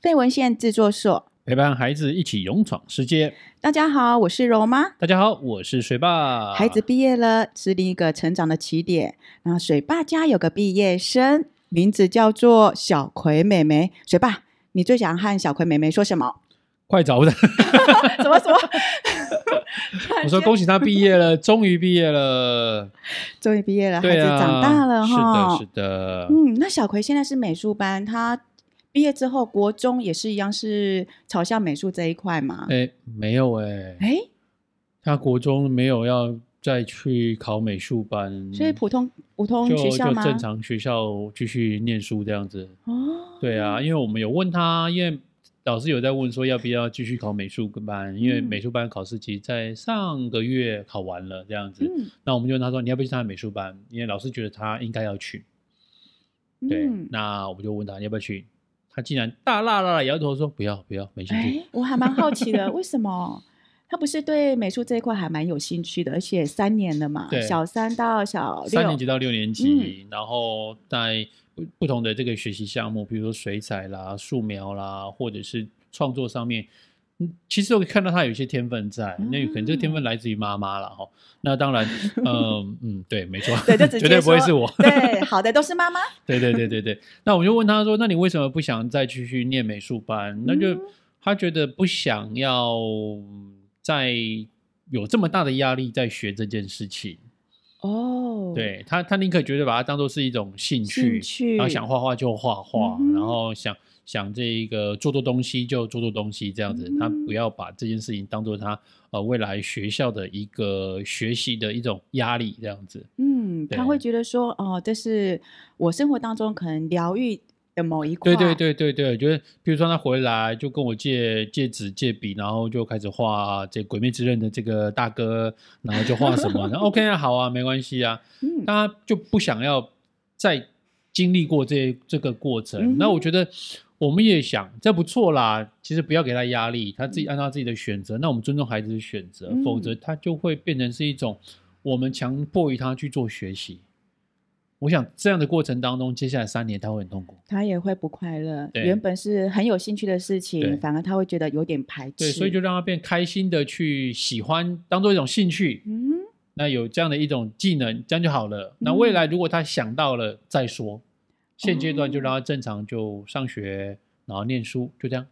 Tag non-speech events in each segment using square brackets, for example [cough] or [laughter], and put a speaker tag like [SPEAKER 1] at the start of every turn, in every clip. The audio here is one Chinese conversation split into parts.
[SPEAKER 1] 废文献制作所，
[SPEAKER 2] 陪伴孩子一起勇闯世界。
[SPEAKER 1] 大家好，我是柔妈。
[SPEAKER 2] 大家好，我是水爸。
[SPEAKER 1] 孩子毕业了，是另一个成长的起点。那水爸家有个毕业生，名字叫做小葵妹妹。水爸，你最想和小葵妹妹说什
[SPEAKER 2] [laughs]
[SPEAKER 1] 么？
[SPEAKER 2] 快找
[SPEAKER 1] [laughs]
[SPEAKER 2] 我！
[SPEAKER 1] 什么什么？
[SPEAKER 2] 我说恭喜他毕业了，终于毕业了。
[SPEAKER 1] 终于毕业了，孩
[SPEAKER 2] 对
[SPEAKER 1] 子
[SPEAKER 2] 啊，
[SPEAKER 1] 长大了哈。
[SPEAKER 2] 是的，是的。
[SPEAKER 1] 嗯，那小葵现在是美术班，他毕业之后国中也是一样，是朝向美术这一块嘛？
[SPEAKER 2] 哎、没有哎、
[SPEAKER 1] 哎、
[SPEAKER 2] 他国中没有要再去考美术班，
[SPEAKER 1] 所以普通普通
[SPEAKER 2] 就
[SPEAKER 1] 学校
[SPEAKER 2] 就
[SPEAKER 1] 吗？
[SPEAKER 2] 正常学校继续念书这样子。
[SPEAKER 1] 哦，
[SPEAKER 2] 对啊，因为我们有问他，因为老师有在问说要不要继续考美术班，因为
[SPEAKER 1] 嗯
[SPEAKER 2] 美术班考试其实在上个月考完了这样子。
[SPEAKER 1] 嗯
[SPEAKER 2] 那我们就问他说你要不要去参加美术班？因为老师觉得他应该要去。对，
[SPEAKER 1] 嗯，
[SPEAKER 2] 那我们就问他你要不要去，他竟然大啦啦的摇头说不要不要，没兴趣。
[SPEAKER 1] 哎，我还蛮好奇的，为什么？他不是对美术这一块还蛮有兴趣的，而且三年了嘛
[SPEAKER 2] 对，
[SPEAKER 1] 小三到小
[SPEAKER 2] 三
[SPEAKER 1] 六
[SPEAKER 2] 年级，到六年级，然
[SPEAKER 1] 嗯
[SPEAKER 2] 后在不不同的这个学习项目，比如说水彩啦、素描啦，或者是创作上面，嗯，其实我可以看到他有一些天分
[SPEAKER 1] 啊
[SPEAKER 2] 在，那有可能这个天分来自于妈妈了哈。那当然，嗯嗯，对，没错，
[SPEAKER 1] 对，就直接
[SPEAKER 2] [laughs] 绝对不会
[SPEAKER 1] 说
[SPEAKER 2] 是我，
[SPEAKER 1] 对，好的，都是妈
[SPEAKER 2] [laughs]
[SPEAKER 1] 妈。
[SPEAKER 2] 对对对对对。那我就问他说：“那你为什么不想再继续念美术班？”那就
[SPEAKER 1] 嗯
[SPEAKER 2] 他觉得不想要再有这么大的压力在学这件事情。
[SPEAKER 1] 哦，，
[SPEAKER 2] 对他，他宁可觉得把它当做是一种兴
[SPEAKER 1] 兴
[SPEAKER 2] 趣，
[SPEAKER 1] 趣
[SPEAKER 2] 然后想画画就画画，
[SPEAKER 1] 嗯哼
[SPEAKER 2] 然后想想这一个做做东西就做做东西这样子，他
[SPEAKER 1] 嗯
[SPEAKER 2] 不要把这件事情当做他呃未来学校的一个学习的一种压力这样子。
[SPEAKER 1] 嗯，他
[SPEAKER 2] 对
[SPEAKER 1] 会觉得说，哦，这是我生活当中可能疗愈的某一块。
[SPEAKER 2] 对对，对对对，就是比如说他回来就跟我借借纸借笔，然后就开始画这《鬼灭之刃》的这个大哥，然后就画什么，然后 OK 啊，好啊，没关系啊，
[SPEAKER 1] 嗯
[SPEAKER 2] 他就不想要再经历过这这个过程。
[SPEAKER 1] 嗯哼
[SPEAKER 2] 那我觉得我们也想，这不错啦。其实不要给他压力，他自己按照自己的选择。那我们尊重孩子的选择，
[SPEAKER 1] 嗯
[SPEAKER 2] 否则他就会变成是一种我们强迫于他去做学习。我想这样的过程当中，接下来三年他会很痛苦。
[SPEAKER 1] 他也会不快乐。
[SPEAKER 2] 对
[SPEAKER 1] 原本是很有兴趣的事
[SPEAKER 2] 对
[SPEAKER 1] 情，反而他会觉得有点排斥。
[SPEAKER 2] 对，所以就让他变开心的去喜欢，当做一种兴趣。
[SPEAKER 1] 嗯，
[SPEAKER 2] 那有这样的一种技能，这样就好了。那未来如果他想到了再说，现阶段就让他正常就上学，然后念书，就这样。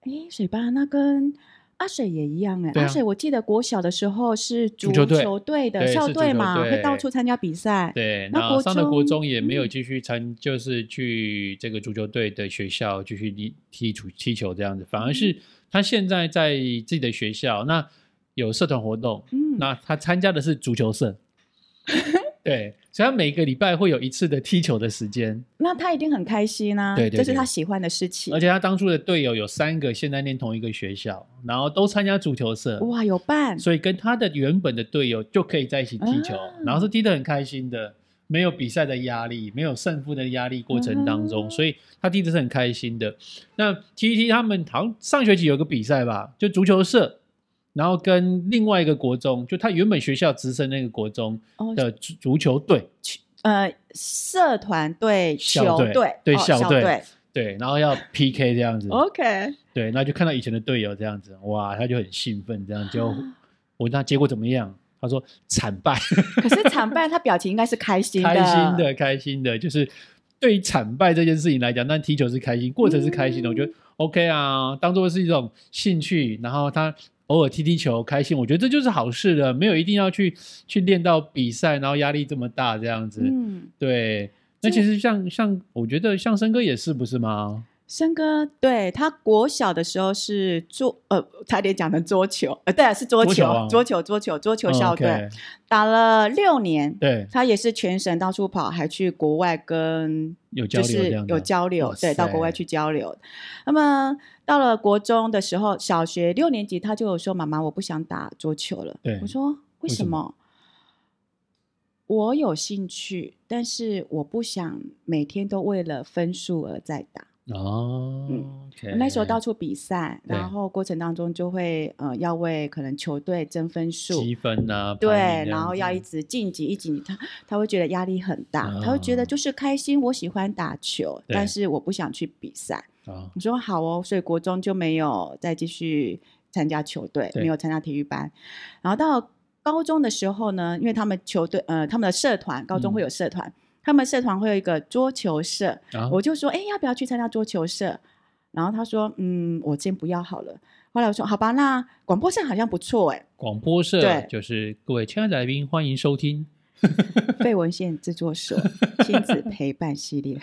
[SPEAKER 1] 哎，水吧，那跟阿水也一样哎、
[SPEAKER 2] 对啊
[SPEAKER 1] 阿水，我记得国小的时候是
[SPEAKER 2] 足
[SPEAKER 1] 足
[SPEAKER 2] 球队
[SPEAKER 1] 队的
[SPEAKER 2] 对
[SPEAKER 1] 校
[SPEAKER 2] 是足
[SPEAKER 1] 队
[SPEAKER 2] 球
[SPEAKER 1] 嘛，
[SPEAKER 2] 队
[SPEAKER 1] 会到处参加比赛。
[SPEAKER 2] 对，
[SPEAKER 1] 哎那
[SPEAKER 2] 那
[SPEAKER 1] 国
[SPEAKER 2] 上了国
[SPEAKER 1] 中嗯
[SPEAKER 2] 中也没有继续参，就是去这个足球队的学校继续踢踢足踢球这样子，反而
[SPEAKER 1] 嗯
[SPEAKER 2] 是他现在在自己的学校，那有社团活动，
[SPEAKER 1] 嗯，
[SPEAKER 2] 那他参加的是足
[SPEAKER 1] [laughs]
[SPEAKER 2] 球社，对，所以他每个礼拜会有一次的踢球的时间，
[SPEAKER 1] 那他一定很开心啊，
[SPEAKER 2] 对对
[SPEAKER 1] 这是
[SPEAKER 2] 对
[SPEAKER 1] 他喜欢的事情
[SPEAKER 2] 而。且他当初的队友有三个，现在念同一个学校，然后都参加足球社，
[SPEAKER 1] 哇，有伴，
[SPEAKER 2] 所以跟他的原本的队友就可以在一起踢球，
[SPEAKER 1] 啊
[SPEAKER 2] 然后是踢得很开心的，没有比赛的压力，没有胜负的压力过程当中，
[SPEAKER 1] 嗯
[SPEAKER 2] 所以他踢的是很开心的。那踢一踢，他们好像上学期有个比赛吧，就足球社。然后跟另外一个国中，就他原本学校直升那个国中
[SPEAKER 1] 哦
[SPEAKER 2] 的足足球队，
[SPEAKER 1] 呃，社团对球
[SPEAKER 2] 校队
[SPEAKER 1] 队
[SPEAKER 2] 对
[SPEAKER 1] 哦
[SPEAKER 2] 校
[SPEAKER 1] 校
[SPEAKER 2] 队对，然后
[SPEAKER 1] [laughs]
[SPEAKER 2] 要 PK 这样子，
[SPEAKER 1] 哦
[SPEAKER 2] [laughs]
[SPEAKER 1] ，OK，
[SPEAKER 2] 对，那就看到以前的队友这样子，哇，他就很兴奋，这样就
[SPEAKER 1] 啊
[SPEAKER 2] 我问他结果怎么样，他说惨败，
[SPEAKER 1] 可是惨败，他表情应该是开心的，
[SPEAKER 2] 开心的，开心的，就是对于惨败这件事情来讲，但踢球是开心，过程是开心的，
[SPEAKER 1] 嗯
[SPEAKER 2] 我觉得 OK 啊，当做是一种兴趣，然后他偶尔踢踢球开心，我觉得这就是好事了，没有一定要去去练到比赛，然后压力这么大这样子，
[SPEAKER 1] 嗯，
[SPEAKER 2] 对。那其实像像我觉得像森哥也是不是吗？
[SPEAKER 1] 森哥，对他国小的时候是桌，呃，差点讲成桌球，呃，对啊，是桌
[SPEAKER 2] 桌球啊
[SPEAKER 1] 球，桌球，桌球，桌球校队、
[SPEAKER 2] 嗯，OK，
[SPEAKER 1] 打了六年，
[SPEAKER 2] 对，
[SPEAKER 1] 他也是全省到处跑，还去国外跟
[SPEAKER 2] 有交
[SPEAKER 1] 就
[SPEAKER 2] 流这
[SPEAKER 1] 是
[SPEAKER 2] 样子
[SPEAKER 1] 有交流
[SPEAKER 2] 哇，塞
[SPEAKER 1] 对，到国外去交流。那么到了国中的时候，小学六年级，他就有说：“妈妈，我不想打桌球了。
[SPEAKER 2] 对”
[SPEAKER 1] 我说：“为
[SPEAKER 2] 什
[SPEAKER 1] 什么？”我有兴趣，但是我不想每天都为了分数而在打。
[SPEAKER 2] 哦
[SPEAKER 1] 嗯
[SPEAKER 2] ，OK，
[SPEAKER 1] 我那时候到处比赛，
[SPEAKER 2] 对
[SPEAKER 1] 然后过程当中就会呃要为可能球队争分数，
[SPEAKER 2] 积分呐，
[SPEAKER 1] 对
[SPEAKER 2] 排名这样，
[SPEAKER 1] 然后要一
[SPEAKER 2] 子
[SPEAKER 1] 直晋级，一级他他会觉得压力很大，他会觉
[SPEAKER 2] 啊
[SPEAKER 1] 得就是开心，我喜欢打球，
[SPEAKER 2] 对
[SPEAKER 1] 但是我不想去比赛。
[SPEAKER 2] 啊，
[SPEAKER 1] 我说好哦，所以国中就没有再继续参加球队，
[SPEAKER 2] 对
[SPEAKER 1] 没有参加体育班。然后到高中的时候呢，因为他们球队呃他们的社团，高
[SPEAKER 2] 嗯
[SPEAKER 1] 中会有社团，他们社团会有一个桌球社，
[SPEAKER 2] 啊
[SPEAKER 1] 我就说哎要不要去参加桌球社？然后他说嗯我先不要好了。后来我说好吧，那广播社好像不错哎，
[SPEAKER 2] 广播社
[SPEAKER 1] 对
[SPEAKER 2] 就是各位亲爱的来宾，欢迎收听。
[SPEAKER 1] 费文献制作
[SPEAKER 2] [laughs]
[SPEAKER 1] 所亲子陪伴系列。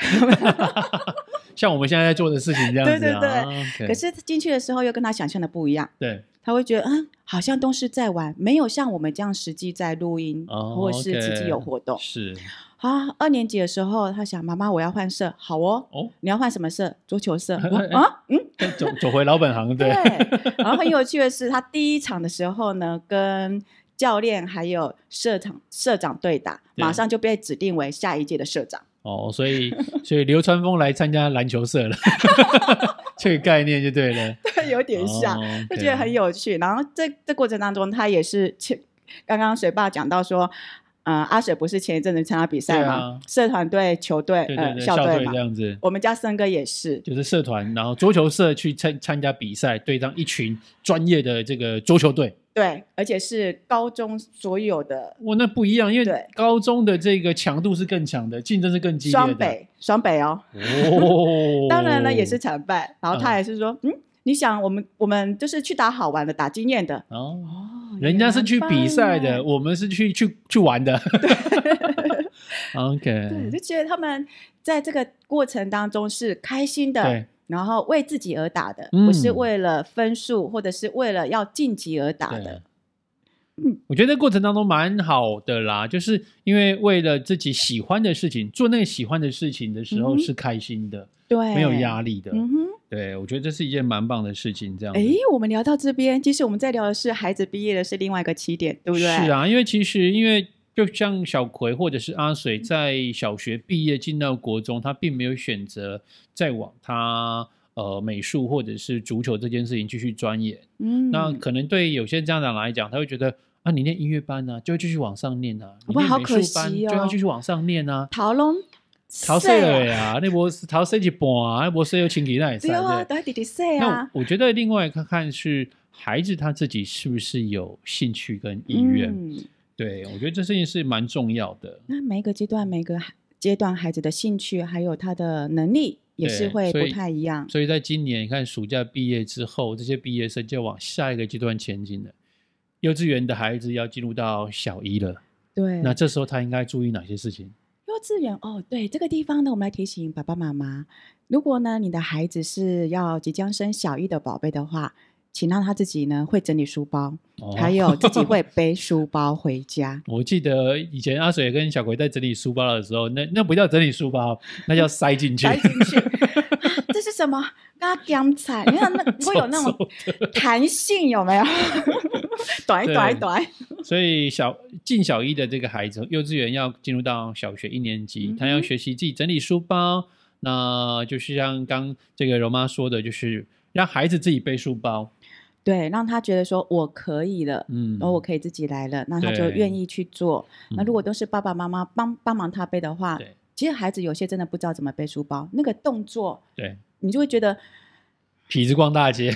[SPEAKER 2] 像我们现在在做的事情这样子啊，
[SPEAKER 1] 对
[SPEAKER 2] [laughs] 对
[SPEAKER 1] 可是进去的时候又跟他想象的不一样。
[SPEAKER 2] 对
[SPEAKER 1] 他会觉得，嗯，好像都是在玩，没有像我们这样实际在录音，
[SPEAKER 2] 哦
[SPEAKER 1] 或是自己有
[SPEAKER 2] OK
[SPEAKER 1] 活动。
[SPEAKER 2] 是
[SPEAKER 1] 啊，二年级的时候，他想，妈妈，我要换社，好哦，
[SPEAKER 2] 哦，
[SPEAKER 1] 你要换什么社？桌球社
[SPEAKER 2] [laughs] 哎
[SPEAKER 1] 我啊，嗯，
[SPEAKER 2] 走走回老本行，对，
[SPEAKER 1] 然后很有趣的是，他第一场的时候呢，跟教练还有社长社长对打，
[SPEAKER 2] 对
[SPEAKER 1] 马上就被指定为下一届的社
[SPEAKER 2] [laughs]
[SPEAKER 1] 长。
[SPEAKER 2] 哦，所以所以流川枫来参加篮
[SPEAKER 1] [laughs]
[SPEAKER 2] 球社了，这个概念就对了，
[SPEAKER 1] 对，有点像。
[SPEAKER 2] 哦
[SPEAKER 1] 就觉得很有趣。然后这这过程当中，他也是前刚刚水爸讲到说，呃，阿水不是前一阵子参加比赛
[SPEAKER 2] 对
[SPEAKER 1] 吗？
[SPEAKER 2] 啊
[SPEAKER 1] 社团队、球队、
[SPEAKER 2] 对对
[SPEAKER 1] 呃
[SPEAKER 2] 对，
[SPEAKER 1] 校
[SPEAKER 2] 校队
[SPEAKER 1] 队嘛
[SPEAKER 2] 这。样子。
[SPEAKER 1] 我们家森哥也是，
[SPEAKER 2] 就是社团，然后桌球社去参参加比赛，对上一群专业的这个桌球队，
[SPEAKER 1] 对，而且是高中所有的
[SPEAKER 2] 哇，那不一样，因为
[SPEAKER 1] 对
[SPEAKER 2] 高中的这个强度是更强的，竞争是更激烈
[SPEAKER 1] 双
[SPEAKER 2] 的。
[SPEAKER 1] 北，双北哦。
[SPEAKER 2] 哦
[SPEAKER 1] 当然呢，也是惨败。然后他也是说，嗯，你想我们我们就是去打好玩的，打经验的。
[SPEAKER 2] 哦，
[SPEAKER 1] 哦，
[SPEAKER 2] 人家是去比赛
[SPEAKER 1] 也蛮
[SPEAKER 2] 的，
[SPEAKER 1] 棒
[SPEAKER 2] 我们是去去去
[SPEAKER 1] [laughs]
[SPEAKER 2] 玩的。
[SPEAKER 1] 对，
[SPEAKER 2] OK，
[SPEAKER 1] 就觉得他们在这个过程当中是开心的，
[SPEAKER 2] 对
[SPEAKER 1] 然后为自己而打的，
[SPEAKER 2] 嗯
[SPEAKER 1] 不是为了分数或者是为了要晋级而打
[SPEAKER 2] 对
[SPEAKER 1] 的。
[SPEAKER 2] 我觉得过程当中蛮好的啦，就是因为为了自己喜欢的事情，做那个喜欢的事情的时候
[SPEAKER 1] 嗯哼
[SPEAKER 2] 是开心的，
[SPEAKER 1] 对，
[SPEAKER 2] 没有压力的。
[SPEAKER 1] 嗯哼，
[SPEAKER 2] 对，我觉得这是一件蛮棒的事情。这样子，
[SPEAKER 1] 哎，我们聊到这边，其实我们在聊的是孩子毕业的是另外一个起点，对不对？
[SPEAKER 2] 是，啊，因为其实因为就像小葵或者是阿水在小学毕业进到国中，他并没有选择再往他呃美术或者是足球这件事情继续钻研。
[SPEAKER 1] 嗯，
[SPEAKER 2] 那可能对有些家长来讲，他会觉得啊，你念音乐班啊，就会继续往上念啊；你
[SPEAKER 1] 哇
[SPEAKER 2] 念
[SPEAKER 1] 好
[SPEAKER 2] 美
[SPEAKER 1] 可
[SPEAKER 2] 术班
[SPEAKER 1] 惜
[SPEAKER 2] 就要
[SPEAKER 1] 哦
[SPEAKER 2] 继续往上念啊。 [laughs]
[SPEAKER 1] 陶龙，
[SPEAKER 2] 逃税
[SPEAKER 1] 赛啊
[SPEAKER 2] 了呀，那波逃税一半啊，那波税又清理那也
[SPEAKER 1] 对
[SPEAKER 2] 算
[SPEAKER 1] 啊，
[SPEAKER 2] 对
[SPEAKER 1] 打弟弟赛
[SPEAKER 2] 那
[SPEAKER 1] 啊，
[SPEAKER 2] 我觉得另外看看是孩子他自己是不是有兴趣跟意愿。
[SPEAKER 1] 嗯
[SPEAKER 2] 对，我觉得这事情是蛮重要的。
[SPEAKER 1] 那每一个阶段，每个阶段孩子的兴趣还有他的能力也
[SPEAKER 2] 对
[SPEAKER 1] 是会
[SPEAKER 2] 所
[SPEAKER 1] 不
[SPEAKER 2] 以
[SPEAKER 1] 太一样。
[SPEAKER 2] 所以在今年，你看暑假毕业之后，这些毕业生就往下一个阶段前进了。幼稚园的孩子要进入到小一了，
[SPEAKER 1] 对，
[SPEAKER 2] 那这时候他应该注意哪些事情？
[SPEAKER 1] 幼稚园哦，对这个地方呢，我们来提醒爸爸妈妈，如果呢你的孩子是要即将升小一的宝贝的话，请让他自己呢会整理书包，
[SPEAKER 2] 哦。
[SPEAKER 1] 还有自己会背书包回家
[SPEAKER 2] 我记得以前阿水跟小葵在整理书包的时候，那那不叫整理书包，那叫塞进去。
[SPEAKER 1] 塞进去、啊这是什么？刚刚踩，你
[SPEAKER 2] [laughs]
[SPEAKER 1] 看那会有那种弹性，有没 [laughs] 有？短
[SPEAKER 2] 对
[SPEAKER 1] 短短，
[SPEAKER 2] [laughs] 所以小进小一的这个孩子，幼稚园要进入到小学一年级，
[SPEAKER 1] 嗯哼
[SPEAKER 2] 他要学习自己整理书包。那就是像刚这个柔妈说的，就是让孩子自己背书包。
[SPEAKER 1] 对，让他觉得说我可以了。
[SPEAKER 2] 嗯，
[SPEAKER 1] 然后哦我可以自己来了，那他就
[SPEAKER 2] 对
[SPEAKER 1] 愿意去做。那
[SPEAKER 2] 嗯
[SPEAKER 1] 如果都是爸爸妈妈帮帮忙他背的话，
[SPEAKER 2] 对
[SPEAKER 1] 其实孩子有些真的不知道怎么背书包，那个动作
[SPEAKER 2] 对，
[SPEAKER 1] 你就会觉得
[SPEAKER 2] 痞子逛
[SPEAKER 1] [laughs]
[SPEAKER 2] 大街。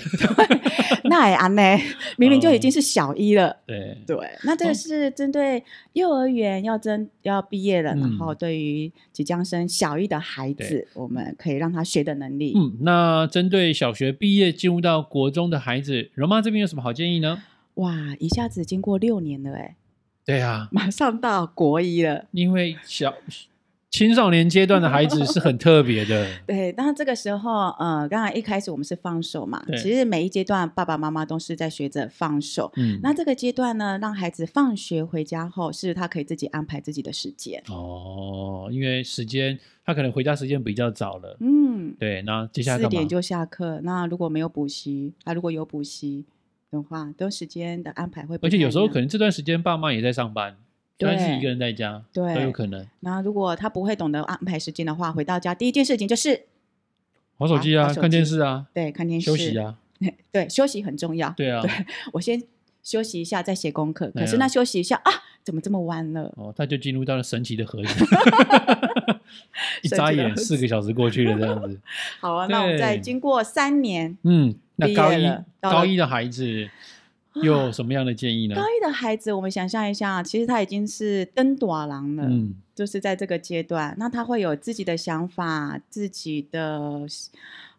[SPEAKER 1] 那也安呢， [laughs] 明明就已经是小一了。
[SPEAKER 2] 对，
[SPEAKER 1] 对，那
[SPEAKER 2] 哦
[SPEAKER 1] 这个是针对幼儿园要真要毕业了，
[SPEAKER 2] 嗯
[SPEAKER 1] 然后对于即将升小一的孩子，我们可以让他学的能力。
[SPEAKER 2] 嗯，那针对小学毕业进入到国中的孩子，柔妈这边有什么好建议呢？
[SPEAKER 1] 哇，一下子经过六年了，哎，
[SPEAKER 2] 对啊，
[SPEAKER 1] 马上到国一了。，
[SPEAKER 2] 因为小青少年阶段的孩子是很特别的
[SPEAKER 1] [laughs] 对，那这个时候，呃，刚才一开始我们是放手嘛
[SPEAKER 2] 对，
[SPEAKER 1] 其实每一阶段爸爸妈妈都是在学着放手。
[SPEAKER 2] 嗯，
[SPEAKER 1] 那这个阶段呢，让孩子放学回家后，是他可以自己安排自己的时间。
[SPEAKER 2] 哦，因为时间他可能回家时间比较早了，
[SPEAKER 1] 嗯，
[SPEAKER 2] 对，那接下来
[SPEAKER 1] 四
[SPEAKER 2] 干
[SPEAKER 1] 点
[SPEAKER 2] 嘛？
[SPEAKER 1] 就下课。那如果没有补习，啊，如果有补习的话，都时间的安排会不
[SPEAKER 2] 而且
[SPEAKER 1] 太
[SPEAKER 2] 有时候
[SPEAKER 1] 一样
[SPEAKER 2] 可能这段时间爸妈也在上班，但是
[SPEAKER 1] 对
[SPEAKER 2] 一个人在家都
[SPEAKER 1] 对
[SPEAKER 2] 有可能。
[SPEAKER 1] 那如果他不会懂得安排时间的话，回到家第一件事情就是
[SPEAKER 2] 划手机啊，
[SPEAKER 1] 划手机
[SPEAKER 2] 看电视啊，
[SPEAKER 1] 对，看电视
[SPEAKER 2] 休息，啊，
[SPEAKER 1] 对，休息很重要。
[SPEAKER 2] 对啊，
[SPEAKER 1] 我先休息一下再写功课，可
[SPEAKER 2] 哎
[SPEAKER 1] 是
[SPEAKER 2] 呀
[SPEAKER 1] 那休息一下啊，怎么这么晚了？
[SPEAKER 2] 哦，他就进入到了神奇的盒子，
[SPEAKER 1] [laughs]
[SPEAKER 2] 一
[SPEAKER 1] 神
[SPEAKER 2] 眨
[SPEAKER 1] 奇的
[SPEAKER 2] 眼
[SPEAKER 1] 盒子
[SPEAKER 2] 四个小时过去了，这样子。
[SPEAKER 1] 好啊，那我们再
[SPEAKER 2] 对
[SPEAKER 1] 经过三年，
[SPEAKER 2] 嗯，那
[SPEAKER 1] 毕
[SPEAKER 2] 高
[SPEAKER 1] 业
[SPEAKER 2] 一
[SPEAKER 1] 了到了
[SPEAKER 2] 高一的孩子有什么样的建议呢
[SPEAKER 1] 高？一的孩子，我们想象一下，其实他已经是登短郎了，
[SPEAKER 2] 嗯，
[SPEAKER 1] 就是在这个阶段，那他会有自己的想法，自己的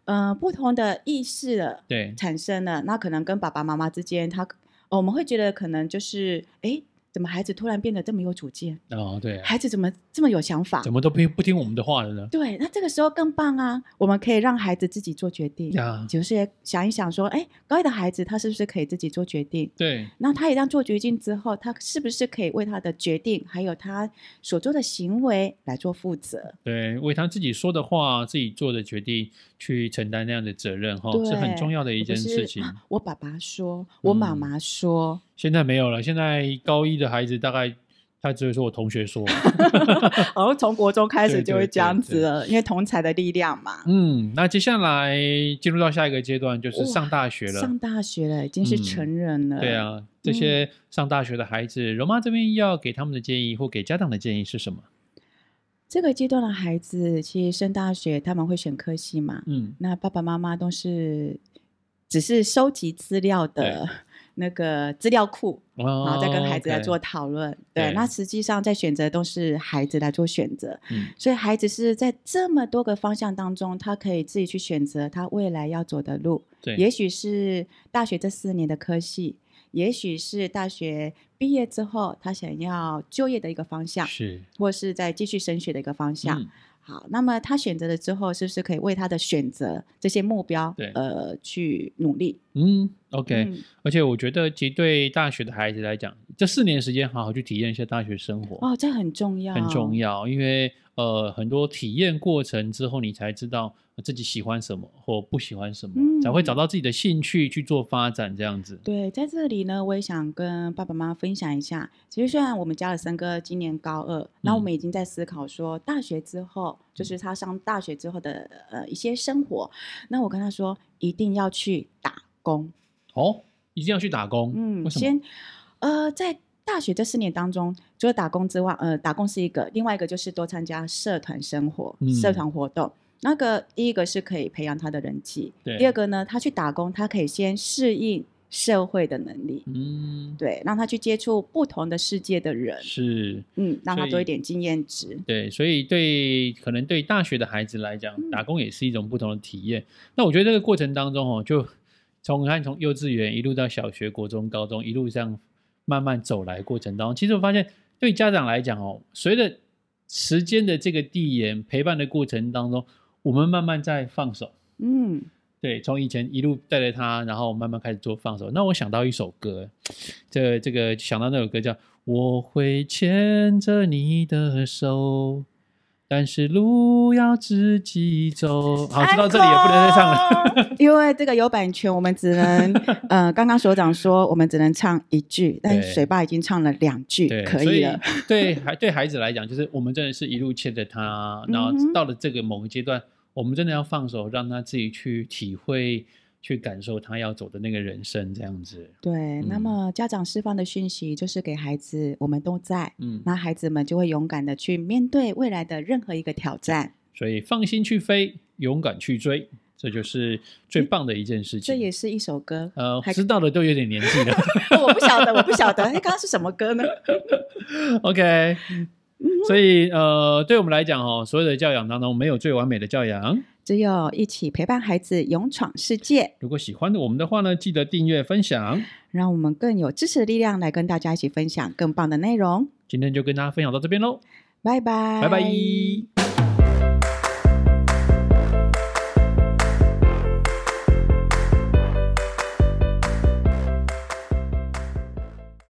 [SPEAKER 1] 呃不同的意识了
[SPEAKER 2] 对，
[SPEAKER 1] 产生了，那可能跟爸爸妈妈之间，他、哦我们会觉得可能就是诶，怎么孩子突然变得这么有主见？
[SPEAKER 2] 哦，对啊，
[SPEAKER 1] 孩子怎么这么有想法
[SPEAKER 2] 怎？么都不不听我们的话了呢？
[SPEAKER 1] 对，那这个时候更棒啊！我们可以让孩子自己做决定，
[SPEAKER 2] 呀，
[SPEAKER 1] 就是想一想说，哎，高一的孩子他是不是可以自己做决定？
[SPEAKER 2] 对，
[SPEAKER 1] 那他一旦做决定之后，他是不是可以为他的决定还有他所做的行为来做负责？
[SPEAKER 2] 对，为他自己说的话、自己做的决定去承担那样的责任，哈，是很
[SPEAKER 1] 对
[SPEAKER 2] 重要的一
[SPEAKER 1] 而不
[SPEAKER 2] 件
[SPEAKER 1] 是
[SPEAKER 2] 事情。
[SPEAKER 1] 啊我爸爸说，我妈
[SPEAKER 2] 嗯
[SPEAKER 1] 妈说， [laughs]
[SPEAKER 2] 现在没有了，现在高一的孩子大概他只会说我同学说，
[SPEAKER 1] [laughs] 然后从国中开始
[SPEAKER 2] 对
[SPEAKER 1] 就
[SPEAKER 2] 对
[SPEAKER 1] 会
[SPEAKER 2] 对
[SPEAKER 1] 这样
[SPEAKER 2] 对
[SPEAKER 1] 子了，因为同才的力量嘛。
[SPEAKER 2] 嗯，那接下来进入到下一个阶段就是上大学了
[SPEAKER 1] 上。大嗯学了，已经是
[SPEAKER 2] 嗯
[SPEAKER 1] 成人了。
[SPEAKER 2] 对，啊，这些上大学的孩子，柔妈这边要给他们的建议或给家长的建议是什么？
[SPEAKER 1] 这个阶段的孩子，其实升大学他们会选科系嘛，
[SPEAKER 2] 嗯，
[SPEAKER 1] 那爸爸妈妈都是只是收集资料的那个资料库，然
[SPEAKER 2] 哦
[SPEAKER 1] 后再跟孩子来做
[SPEAKER 2] OK
[SPEAKER 1] 讨论。
[SPEAKER 2] 对
[SPEAKER 1] 对，那实际上在选择都是孩子来做选择，
[SPEAKER 2] 嗯
[SPEAKER 1] 所以孩子是在这么多个方向当中，他可以自己去选择他未来要走的路，
[SPEAKER 2] 对，
[SPEAKER 1] 也许是大学这四年的科系。也许是大学毕业之后，他想要就业的一个方向，
[SPEAKER 2] 是
[SPEAKER 1] 或是再继续升学的一个方向。
[SPEAKER 2] 嗯
[SPEAKER 1] 好，那么他选择了之后，是不是可以为他的选择这些目标
[SPEAKER 2] 对，
[SPEAKER 1] 呃，去努力？
[SPEAKER 2] 嗯，OK，
[SPEAKER 1] 嗯
[SPEAKER 2] 而且我觉得，其实对大学的孩子来讲，这四年时间好好去体验一下大学生活，
[SPEAKER 1] 哦，这很重要，
[SPEAKER 2] 很重
[SPEAKER 1] 要。
[SPEAKER 2] 要，因为呃，很多体验过程之后，你才知道呃自己喜欢什么或不喜欢什么，
[SPEAKER 1] 嗯
[SPEAKER 2] 才会找到自己的兴趣去做发展，这样子。
[SPEAKER 1] 对，在这里呢，我也想跟爸爸妈妈分享一下。其实虽然我们家的森哥今年高二，那、
[SPEAKER 2] 嗯
[SPEAKER 1] 我们已经在思考说，大学之后，就是他上大学之后的呃一些生活。那我跟他说，一定要去打工。
[SPEAKER 2] 哦，一定要去打工，
[SPEAKER 1] 嗯，
[SPEAKER 2] 为什么？
[SPEAKER 1] 先呃，在大学这四年当中，除了打工之外，呃，打工是一个，另外一个就是多参加社团生活、社
[SPEAKER 2] 嗯
[SPEAKER 1] 团活动。那个第一个是可以培养他的人际，
[SPEAKER 2] 对
[SPEAKER 1] 第二个呢，他去打工，他可以先适应社会的能力，
[SPEAKER 2] 嗯，
[SPEAKER 1] 对，让他去接触不同的世界的人，
[SPEAKER 2] 是。
[SPEAKER 1] 嗯，让他
[SPEAKER 2] 所
[SPEAKER 1] 多一
[SPEAKER 2] 以
[SPEAKER 1] 点经验值。
[SPEAKER 2] 对，所以对可能对大学的孩子来讲，打工也是一种不同的体验。那我觉得这个过程当中哦，就从看从幼稚园一路到小学、国中、高中，一路这样慢慢走来过程当中，其实我发现对家长来讲哦，随着时间的这个递延，陪伴的过程当中，我们慢慢在放手。
[SPEAKER 1] 嗯，
[SPEAKER 2] 对，从以前一路带着他，然后慢慢开始做放手。那我想到一首歌，这这个想到那首歌叫《我会牵着你的手》，但是路要自己走。好，知道这里也不能再唱了。
[SPEAKER 1] 了，
[SPEAKER 2] [laughs]
[SPEAKER 1] 因为这个有版权，我们只能呃，刚刚所长说我们只能唱一句，但
[SPEAKER 2] 对
[SPEAKER 1] 水爸已经唱了两句
[SPEAKER 2] 对，，
[SPEAKER 1] 可
[SPEAKER 2] 所
[SPEAKER 1] 以了。
[SPEAKER 2] 对孩对孩子来讲，就是我们真的是一路牵着他，然后
[SPEAKER 1] 嗯哼
[SPEAKER 2] 到了这个某个阶段，我们真的要放手，让他自己去体会、去感受他要走的那个人生，这样子。
[SPEAKER 1] 对，那
[SPEAKER 2] 嗯
[SPEAKER 1] 么家长释放的讯息就是给孩子，我们都在，
[SPEAKER 2] 嗯，
[SPEAKER 1] 那孩子们就会勇敢的去面对未来的任何一个挑战。
[SPEAKER 2] 所以放心去飞，勇敢去追，这就是最棒的一件事情。
[SPEAKER 1] 嗯这也是一首
[SPEAKER 2] [laughs]
[SPEAKER 1] 歌，
[SPEAKER 2] 呃，
[SPEAKER 1] 还
[SPEAKER 2] 知道的都有点年纪了。 [laughs]
[SPEAKER 1] 哦我不晓得，我不晓得，哎，刚刚是什么歌呢？ [laughs]
[SPEAKER 2] OK，所以呃，对我们来讲哦，所有的教养当中没有最完美的教养。
[SPEAKER 1] 只有一起陪伴孩子勇闯世界，
[SPEAKER 2] 如果喜欢我们的话呢，记得订阅分享。
[SPEAKER 1] 让我们更有支持的力量来跟大家一起分享更棒的内容。
[SPEAKER 2] 今天就跟大家分享到这边喽，
[SPEAKER 1] 拜拜，
[SPEAKER 2] 拜拜。